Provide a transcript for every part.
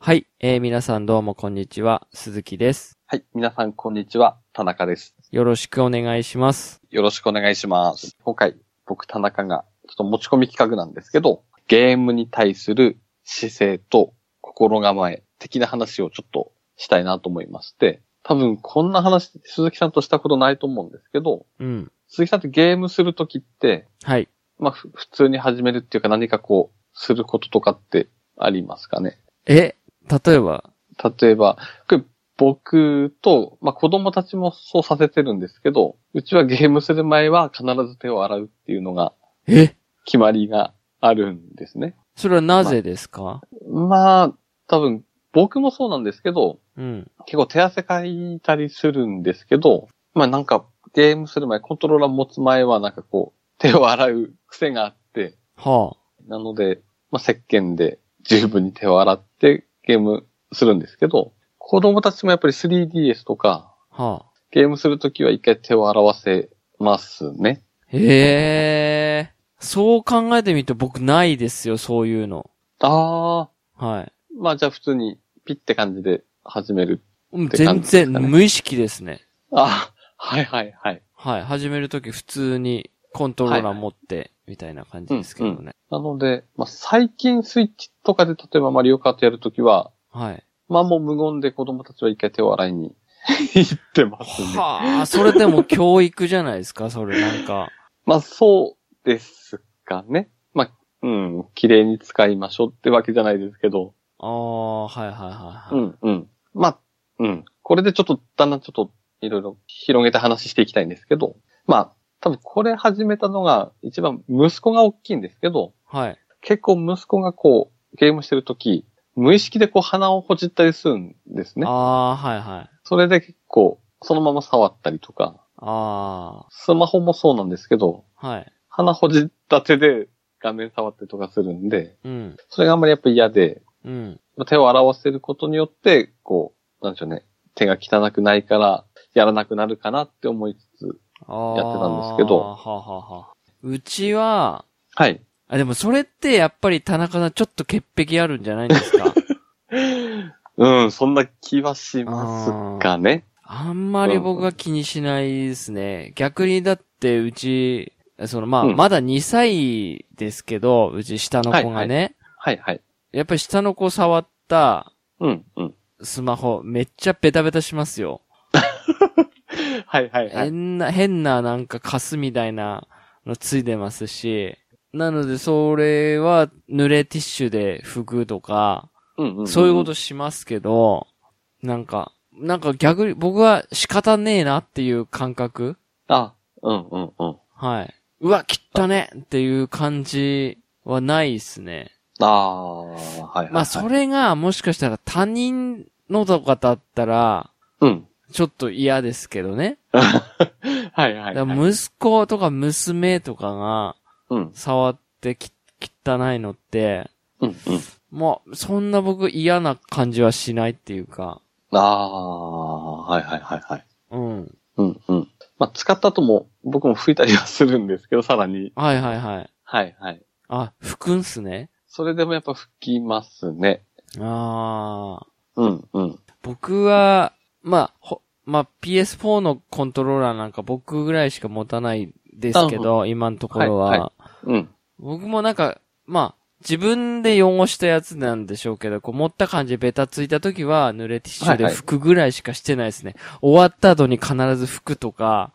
はい、えー皆さんどうもこんにちは、鈴木です。はい。皆さん、こんにちは。田中です。よろしくお願いします。よろしくお願いします。今回、僕、田中が、ちょっと持ち込み企画なんですけど、ゲームに対する姿勢と心構え的な話をちょっとしたいなと思いまして、多分、こんな話、鈴木さんとしたことないと思うんですけど、うん。鈴木さんってゲームするときって、はい。まあ、ふ普通に始めるっていうか何かこう、することとかってありますかねえ、例えば、例えば、これ僕と、まあ、子供たちもそうさせてるんですけど、うちはゲームする前は必ず手を洗うっていうのがえ、決まりがあるんですね。それはなぜですか、まあ、多分、僕もそうなんですけど、うん。結構手汗かいたりするんですけど、まあなんかゲームする前、コントローラー持つ前はなんかこう、手を洗う癖があって、はなので、まあ、石鹸で十分に手を洗ってゲームするんですけど、子供たちもやっぱり 3DS とか、あ、はあ。ゲームするときは一回手を洗わせますね。ええそう考えてみると僕ないですよ、そういうの。あはい。ー、まあじゃあ普通にピッて感じで始める。うんって全感じです然、かね無意識ですね。あはいはいはい。はい。始めるとき普通にコントローラー持って、みたいな感じですけどね。なので、まあ最近スイッチとかで例えばマリオカートやるときは、はい。まあもう無言で子供たちは一回手を洗 いに行ってますね。はあ、それでも教育じゃないですか、それなんか。まあそうですかね。まあ、うん、綺麗に使いましょうってわけじゃないですけど、ああ、はいはいはい、はういん、うん。まあ、うん。これでちょっと、だんだんちょっと、いろいろ広げて話していきたいんですけど、まあ、多分これ始めたのが、一番息子が大きいんですけど、はい。結構息子がこう、ゲームしてるとき、無意識でこう鼻をほじったりするんですねあ。あ、はいはい。それで結構、そのまま触ったりとか、あスマホもそうなんですけど、あ、はい。鼻ほじった手で画面触ったりとかするんで、うん。それがあんまりやっぱ嫌で、うん。まあ手を洗わせることによって、こう、なんでしょうね、手が汚くないから、やらなくなるかなって思いつつ、ああ。やってたんですけどはあ、はあはあ、うちは、はい。あ、でもそれってやっぱり田中さんちょっと潔癖あるんじゃないんです かうん、そんな気はしますかね。あんまり僕は気にしないですね。逆にだってうち、そのまあ、うんまだ2歳ですけど、うち下の子がね、はいはい。やっぱり下の子触ったうん、うん。スマホめっちゃベタベタしますよ。はいはいはい。変な、変ななんかカスみたいなのついてますし、なのでそれは濡れティッシュで拭くとか、うんうんんそういうことしますけど、なんか、なんか逆に僕は仕方ねえなっていう感覚あ、うんうんうん。はい。うわ、汚ねっていう感じはないですね。ああ、はいはい、はい。まあそれがもしかしたら他人のとかだったら、うん。ちょっと嫌ですけどね。はいはい、だかはい。ら息子とか娘とかが、うん、触ってき、汚いのって、うん、うん。もう、そんな僕嫌な感じはしないっていうか、ああ、はいはいはいはい。うん。うん、うん。まあ、使った後も、僕も拭いたりはするんですけど、さらに。はいはいはい。はいはい。あ、拭くんすね。それでもやっぱ拭きますね。ああ。うん、うん。僕は、まあ、ほ、まあ、PS4 のコントローラーなんか僕ぐらいしか持たないですけど、今のところは。はいはうん。僕もなんか、まあ、自分で汚したやつなんでしょうけど、こう持った感じでベタついた時は濡れティッシュではいはい拭くぐらいしかしてないですね。終わった後に必ず拭くとか、は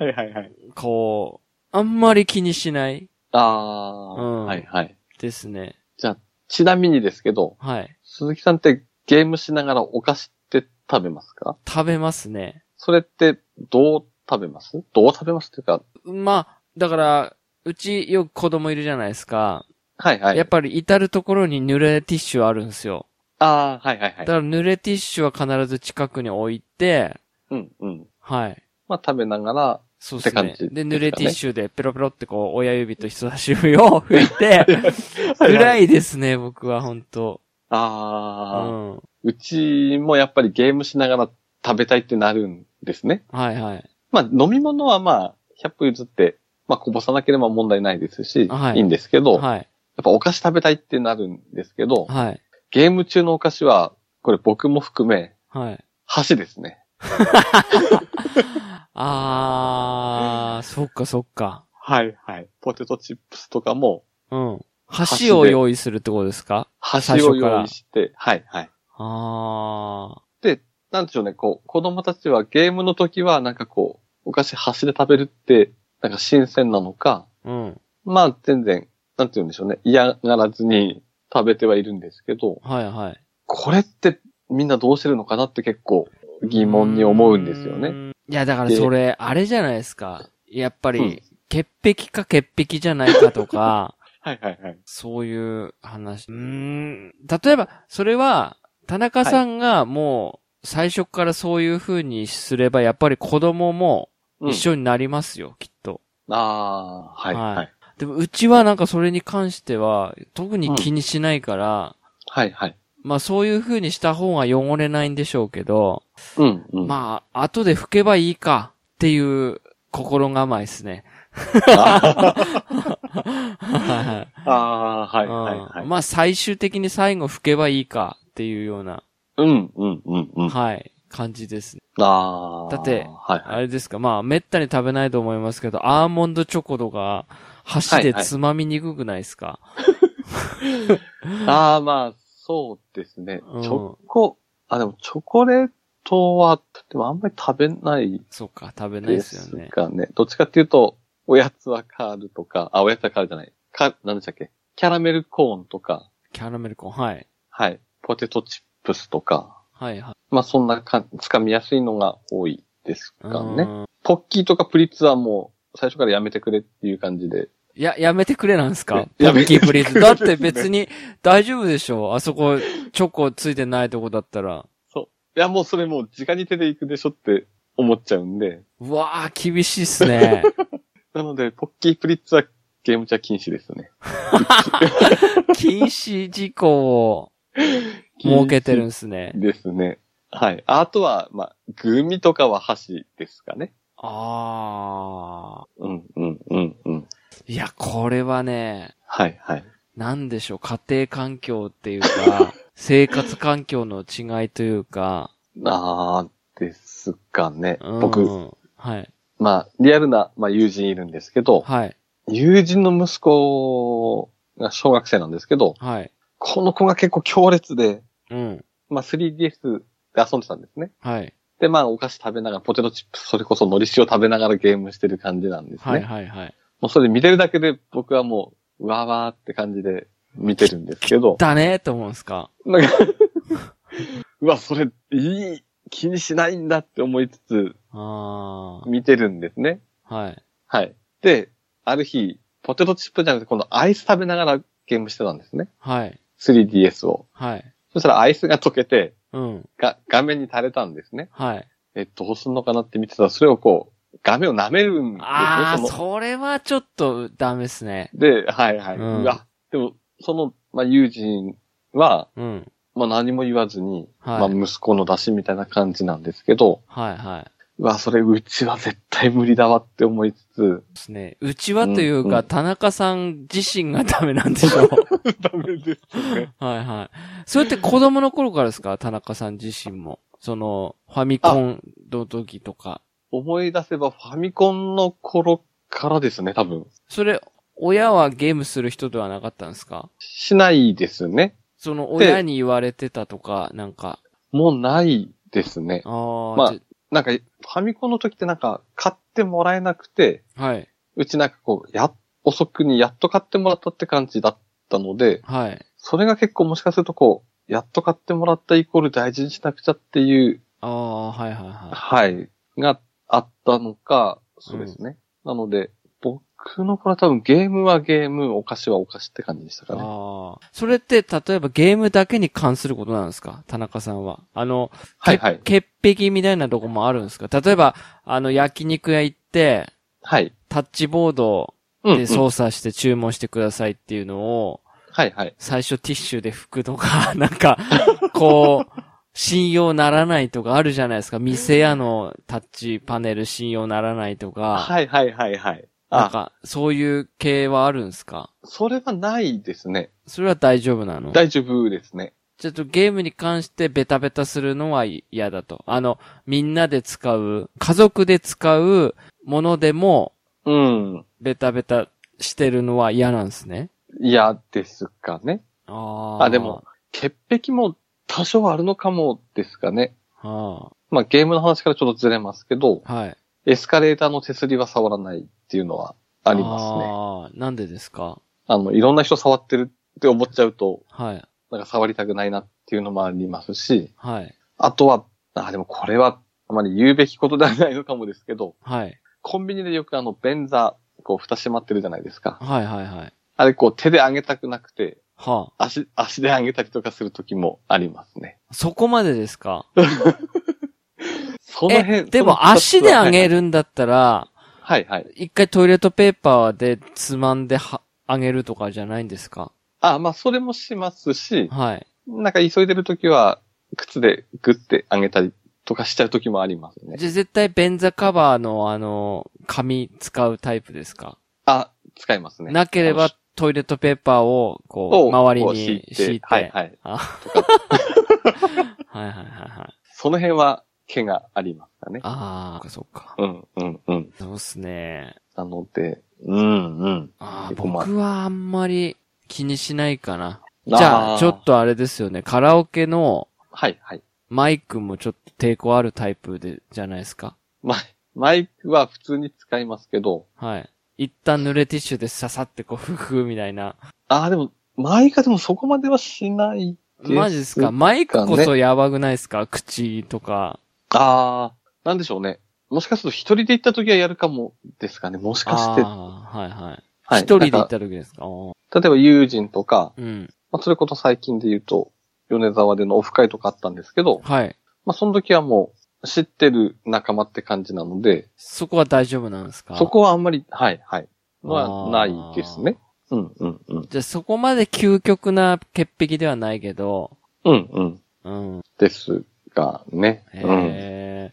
いはいはい。こう、あんまり気にしないああ、うんはいはい。ですね。ちなみにですけど、はい。鈴木さんってゲームしながらお菓子って食べますか食べますね。それってどう食べますどう食べますっていうか、まあ、だから、うちよく子供いるじゃないですか。はいはい。やっぱり至るところに濡れティッシュあるんですよ。ああ、はいはいはだい。から濡れティッシュは必ず近くに置いて、うんうん。はい。まあ食べながら、そうですねって感。じですかで、ね濡れティッシュでペロペロってこう、親指と人差し指を拭い て、はいぐらいですね、僕は本当うああ、ん。はうちもやっぱりゲームしながら食べたいってなるんですね。いはい。まあ飲み物はまあ、100歩譲って、まあこぼさなければ問題ないですし、はいい、いんですけど、やっはい。ぱお菓子食べたいってなるんですけど、はい。ゲーム中のお菓子は、これ僕も含め、はい。箸ですね。あー、そっかそっか。はいはい。ポテトチップスとかも、うん。箸で箸を用意するってことですか箸を用意して、はいはい。あなんでしょうね、こう、子供たちはゲームの時は、なんかこう、お菓子箸で食べるって、なんか新鮮なのか、ー、うん。まあ全然、なんて言うんでしょうね、嫌がらずに食べてはいるんですけど、はいはい。これってみんなどうしてるのかなって結構疑問に思うんですようね。ん。いや、だからでそれ、あれじゃないですか。やっぱり、うん潔癖か潔癖じゃないかとか、 はいはいはい。そういう話。うーん。例えば、それは、田中さんがもう、最初からそういう風にすれば、やっぱり子供もうん、一緒になりますよ、きっと。ああ、はいはいはい。でも、うちはなんかそれに関しては、特に気にしないから、はいはい。まあそういう風にした方が汚れないんでしょうけど、うん、うん。まあ、後で拭けばいいかっていう心構えですね。 はああー、はいいはいはい。まあ、最終的に最後拭けばいいかっていうような、うん、うん、うん、うん。はい、感じですね。ああ。だってはいはい。あれですか、まあ、めったに食べないと思いますけど、アーモンドチョコとか、箸でつまみにくくないですか、ああ、まあ、そうですね。うんチョコ、あ、でもチョコレートは、でもあんまり食べないそうか、食べないでですすよね。かね。どっちかっていうと、おやつはカールとか、あ、おやつはカールじゃない。か、なんでしたっけキャラメルコーンとか、キャラメルコーン、はい。はい。ポテトチップスとか、はいはい。まあそんなか、つかみやすいのが多いですかうね。んポッキーとかプリッツはもう、最初からやめてくれっていう感じで。や、やめてくれなんですかポやッめキてーくプれリーズ。だって別に大丈夫でしょあそこ、チョコついてないとこだったら。いや、もうそれもう、直に手で行くでしょって思っちゃうんで。うわあ厳しいっす ね。なので、ポッキープリッツはゲーム中は禁止ですね。禁止事項を設けてるんですね。ですね。はい。あとは、まあ、グミとかは箸ですかね。ああ。うん、うん、うん、うん。いや、これはね、はい、はい。なんでしょう、家庭環境っていう か、生活環境の違いというか、あー、ですかね。うん僕、、はい、まあ、リアルな、まあ、友人いるんですけど、はい、友人の息子が小学生なんですけど、はい、この子が結構強烈で、うん、まあ、3DS で遊んでたんですね。はい、で、まあ、お菓子食べながら、ポテトチップス、それこそ海苔塩食べながらゲームしてる感じなんですね。はい、はい、はい。もうそれ見てるだけで僕はもう、うわーわーって感じで見てるんですけど、だねと思うんすかなんか、 うわ、それ、いい、気にしないんだって思いつつ、あ見てるんですね。あ、はい。はい。で、ある日、ポテトチップじゃなくて、今度アイス食べながらゲームしてたんですね。はい。 3DS を。はい。そしたらアイスが溶けて、うん。が、画面に垂れたんですね。はい。え、どうすんのかなって見てたら、それをこう、画面を舐めるんですね。ああ、そのそれはちょっとダメっすね。で、はいはい。うんうわ、でも、その、まあ、友人は、うん。まあ何も言わずに、はいまあ息子の出しみたいな感じなんですけど、はい、はい。うわ、それうちは絶対無理だわって思いつつ、ですね。うちはといううんか、うん田中さん自身がダメなんでし ょう。 ダメですね。はいはい。それって子供の頃からですか田中さん自身も。その、ファミコンの時とか。思い出せばファミコンの頃からですね、多分。それ、親はゲームする人ではなかったんですかしないですね。その、親に言われてたとか、なんか。もうないですね。あーまあじなんか、ファミコンの時ってなんか、買ってもらえなくて、ゃはい。うちなんかこう、や、遅くにやっと買ってもらったって感じだったので、はい。それが結構もしかするとこう、やっと買ってもらったイコール大事にしなくちゃっていうああ、はいはいははい。があったのか、そうですね。なので、僕の頃は多分ゲームはゲーム、お菓子はお菓子って感じでしたい。かね。ああ。それって、例えばゲームだけに関することなんですか田中さんは。あの、はいはい。潔癖みたいなとこもあるんですか例えば、あの、焼肉屋行って、はい。タッチボードうん、うでん。操作して注文してくださいっていうのを、はいはい。最初ティッシュで拭くとか、 なんか、こう、信用ならないとかあるじゃないですか。店屋のタッチパネル信用ならないとか、はいはいはいはい。なんあ、か、そういう系はあるんですかそれはないですね。それは大丈夫なの大丈夫ですね。ちょっとゲームに関してベタベタするのは嫌だと。あの、みんなで使う、家族で使うものでもうん。ベタベタしてるのは嫌なんですね。嫌ですかね。ああ。あ、でも。、潔癖も多少あるのかもですかね。あまあゲームの話からちょっとずれますけど、あ。はい。エスカレーターの手すりは触らないっていうのはありますね。ああ、なんでですかあの、いろんな人触ってるって思っちゃうと、はい。なんか触りたくないなっていうのもありますし、はい。あとは、あ、でもこれはあまり言うべきことではないのかもですけど、はい。コンビニでよくあの、便座、こう、蓋閉まってるじゃないですか。はいはいはい。あれこう、手で上げたくなくて、は足、足で上げたりとかする時もありますね。あ。そこまでですかそのえ、辺、でそもの二つ足で上げはるんだったら、はいはい。一回トイレットペーパーでつまんでは、上げるとかじゃないんですかあ、まあ、それもしますし、はい。なんか急いでる時は、靴でグッて上げたりとかしちゃう時もありますね。じゃ、絶対便座カバーのあの、紙使うタイプですかあ、使いますね。なければトイレットペーパーを、こう、周りこにう敷いて。はいはい。あはいはいはいはい。その辺は、毛がありますかね。ああ、そっか。うん、うん、うん。そうっすね。なので、うん、うん。ああ、結構まあ僕はあんまり気にしないかな。じーゃあ、ちょっ。とあれですよね。カラオケのはい、はい。マイクもちょっと抵抗あるタイプで、じゃないですか。マイマイクは普通に使いますけど、はい。一旦濡れティッシュでささってこう、ふふみたいな。ああ、でも、マイクはでもそこまではしないです。マジですかマイクこそやばくないですか口とか。ああ、なんでしょうね。もしかすると一人で行った時はやるかもですかね。もしかして。ああ、はいはい。は一い人で行なんっかた時ですかおー例えば友人とか、うん。まあ、それこそ最近で言うと、米沢でのオフ会とかあったんですけど、はい。まあ、その時はもう、知ってる仲間って感じなので、そこは大丈夫なんですかそこはあんまり、はい、はい。あーは、ないですね。うん、うん、うん。じゃあそこまで究極な潔癖ではないけど、うん、うん。うん。ですがね。うん。え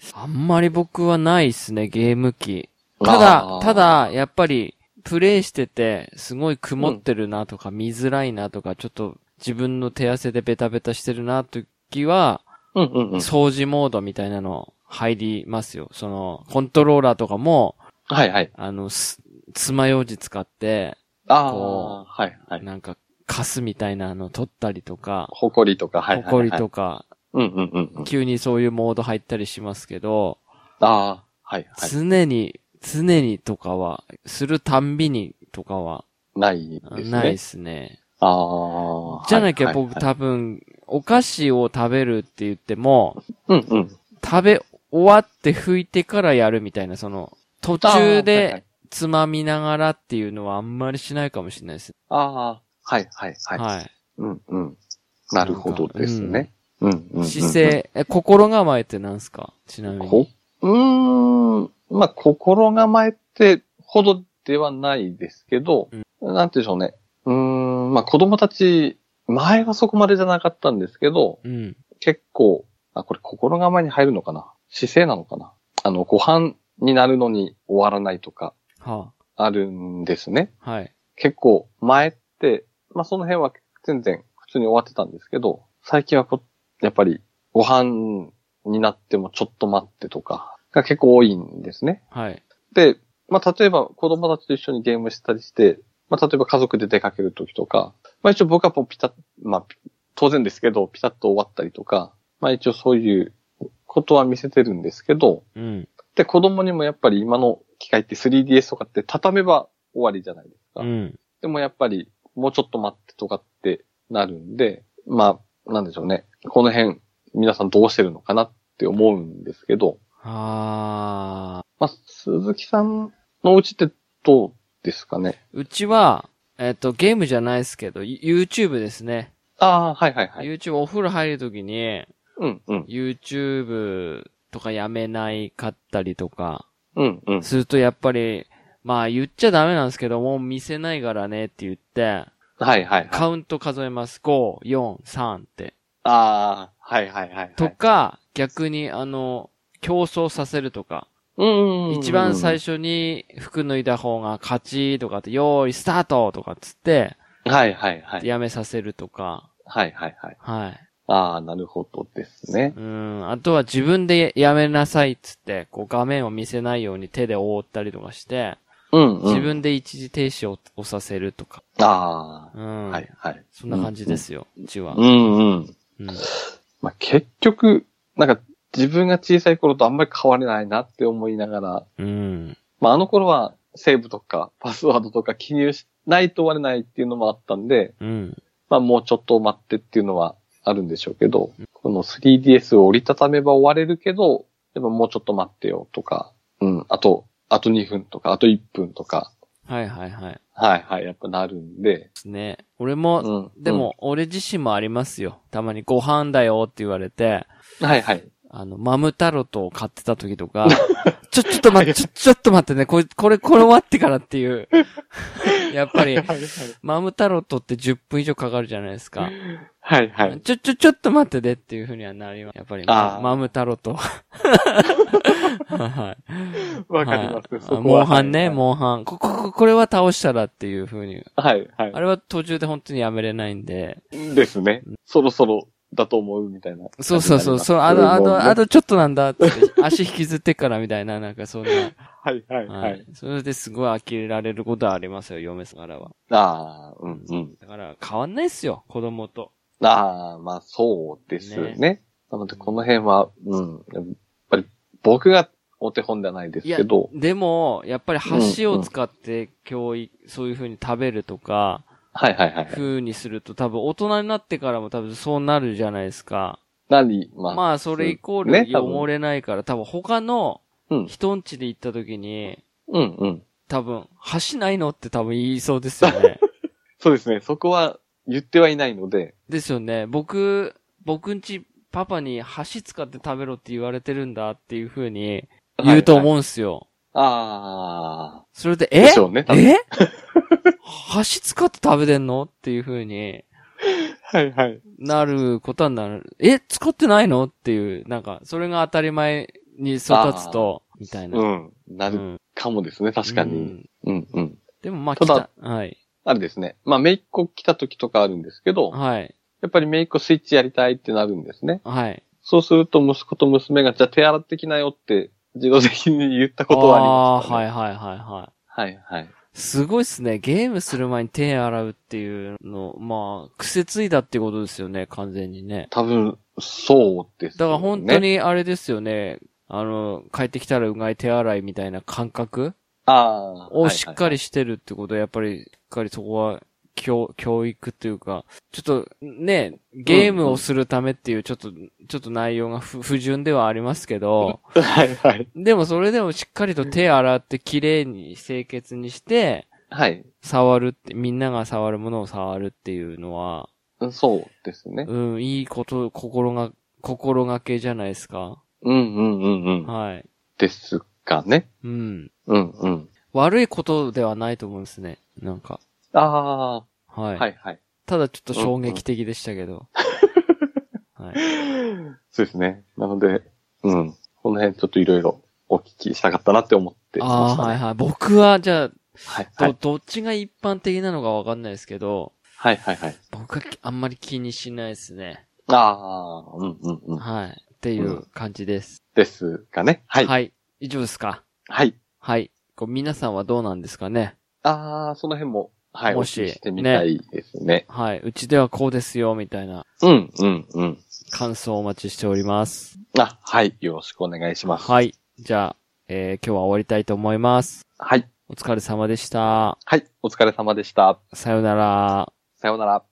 ーあんまり僕はないっすね、ゲーム機。たあだ、ーた、だ、やっぱり、プレイしてて、すごい曇ってるなとか、見づらいなとか、ちょっと自分の手汗でベタベタしてるなときは、うん、うん、うん。掃除モードみたいなの入りますよ。その、コントローラーとかも、はい、はい。あの、す、爪楊枝使って、あこあ、はい、はい。なんか、カスみたいなの取ったりとか、ほこりとか、はい、ホはい。コリはい。とか、うん、うん、うんうん。急にそういうモード入ったりしますけど、ああ、はい、はい。常に、常にとかは、するたんびにとかは、ないですね。ないですね。ああ。じゃなきゃはい僕はい多分、お菓子を食べるって言っても、はいうんうん。食べ終わって拭いてからやるみたいな、その、途中でつまみながらっていうのはあんまりしないかもしれないです。ああ、はいはいはい。はい。うんうん。なるほどですなんね。うんうんうんうん姿。勢、え、心構えって何すかちなみこに。うーん。まあ、心構えってほどではないですけど、なんて言うんでしょうね。うーん。まあ、子供たち、前はそこまでじゃなかったんですけど、うん。結構、あ、これ心構えに入るのかな姿勢なのかなあの、ご飯になるのに終わらないとか、はあるんですね。あ、はい。結構前って、まあその辺は全然普通に終わってたんですけど、最近はこやっぱりご飯になってもちょっと待ってとかが結構多いんですね。はい。で、まあ例えば子供たちと一緒にゲームしたりして、まあ例えば家族で出かけるときとか、まあ一応僕はもうピタッ、まあ当然ですけど、ピタッと終わったりとか、まあ一応そういうことは見せてるんですけど、うん。で子供にもやっぱり今の機械って 3DS とかって畳めば終わりじゃないですか。うん。でもやっぱり、もうちょっと待ってとかってなるんで、まあ、なんでしょうね。この辺、皆さんどうしてるのかなって思うんですけど、あまあ、鈴木さんのうちってどうですかね。ー。うちは、えっ、と、ゲームじゃないですけど、ゆ YouTube ですね。ああ、はいはいはい。 YouTube お風呂入るときに、うんうん。 YouTube とかやめないかったりとか、うんうん。するとやっぱり、まあ言っちゃダメなんですけど、もう見せないからねって言って、はいはいはい。カウント数えます。5、4、3って。ああ、はいはいはいはい。とか、逆にあの、競争させるとか、うんうん。一番最初。初に服脱いだ方が勝ちとかって、用意スタートとかっつって、はいはいはい。やめさせるとか、はいはいはい。はい。ああ、なるほどですね。うん。あとは自分でやめなさいっつって、こう画面を見せないように手で覆ったりとかして、うん、うん。自分で一時停止を押させるとか。あうん。あ、はい、はい。そんな感じですよ、うちは。うん、うん。うん。まあ、結局、なんか自分が小さい頃とあんまり変われないなって思いながら、うん。まあ、あの頃はセーブとかパスワードとか記入しないと割れないっていうのもあったんで、うん。まあ、もうちょっと待ってっていうのはあるんでしょうけど、この 3DS を折りたためば終われるけど、でももうちょっと待ってよとか、うん、あと、あと2分とか、あと1分とか、はいはいはい。ではいはい、やっぱなるんで、すね。俺も、うん。でも、俺自身もありますよ。たまにご飯だよって言われて、うん、はいはい。あの、マムタロトを買ってた時とか、 ちょ、ちょっと待って、ちょ、ちょっと待ってね、これ、これ、これ終わってからっていう。 やっぱり、はいマムタロトって10分以上かかるじゃないですか。はい。はいちょ、ちょ、ちょっと待ってねっていう風にはなります。やっぱり、あーマムタロト。はい。わかります。はいそこはモンハンね、モンハン。こ、こ、ここれは倒したらっていう風に。はいはい。あれは途中で本当にやめれないんで。ですね。そろそろだと思うみたいな。そうそうそう、そう、あの、あの、あとちょっとなんだって、足引きずってからみたいな、なんかそんな。はいはいははいい。。それですごい呆れられることはありますよ、嫁さんからは。ああ、うんうん。だから、変わんないっすよ、子供と。ああ、まあそうですね。ねなのでこの辺は、うん。やっぱり僕がお手本ではないですいやけど、、でも、やっぱり箸を使って教育、そういう風に食べるとか、はいはいはい。風にすると多分大人になってからも多分そうなるじゃないですか。なります。まあ、それイコーねル多分汚れないから、多分他のうん人ん家で行った時に、うんうん。多分、箸ないのって多分言いそうですよ ね。そうですね。そこは言ってはいないので、ですよね。僕、僕んち、パパに箸使って食べろって言われてるんだっていう風に言うとはいはい思うんすよ。ああ、それで、でえしょうね。多分 え箸使って食べてんのっていう風にはいはい。なることになる。え使ってないのっていう、なんか、それが当たり前に育つと、みたいな。。うんん。なるかもですね。確かうに。んうんうん。でもまあ、た来だた。はい。あれですね。まあ、めいっ子来た時とかあるんですけど、はい。やっぱりめいっ子スイッチやりたいってなるんですね。はい。そうすると息子と娘が、じゃあ手洗ってきなよって、自動的に言ったあことはあります、ね。ーはいはいはいはい。はいはい。すごいっすね。ゲームする前に手洗うっていうの、まあ、癖ついだってことですよね、完全にね。多分、そうです、ね。だから本当。にあれですよね。あの、帰ってきたらうがい手洗いみたいな感覚ああ。をしっかり。りしてるってことは、やっぱり、しっかりそこは、教、教育っていうか、ちょっと、ね、ゲームをするためっていう、ちょっと、ちょっと内容が不不純ではありますけど、はいはい。でもそれでもしっかりと手洗って、綺麗に、清潔にして、はい。触るって、みんなが触るものを触るっていうのは、そうですね。うん、いいこと、心が、心がけじゃないですか。うんうんうんうん。はい。ですかね。うん。うんうん。悪いことではないと思うんですね。なんか。あはあ、い。はいはい。ただちょっと衝撃的でしたけど。 はい。そうですね。なので、うん。この辺ちょっといろいろお聞きしたかったなって思ってまあしあ、たはいね。はい。僕は、じゃあ、はいはど、い。どっちが一般的なのかわかんないですけど、はいはいはい。僕はきあんまり気にしないですね。ああ、うんうんうん。はい。っていう感じです。ですかね。はい。はい。はい。以上ですかはい。こう皆さんはどうなんですかねああ、その辺も、はい。もしお聞きしてみたいですね。はい。うちではこうですよ、みたいなうんうんうん。感想をお待ちしております。あ、はい。よろしくお願いします。はい。じゃあ、えー今日は終わりたいと思います。はい。お疲れ様でした。はい。お疲れ様でした。さよなら。さようなら。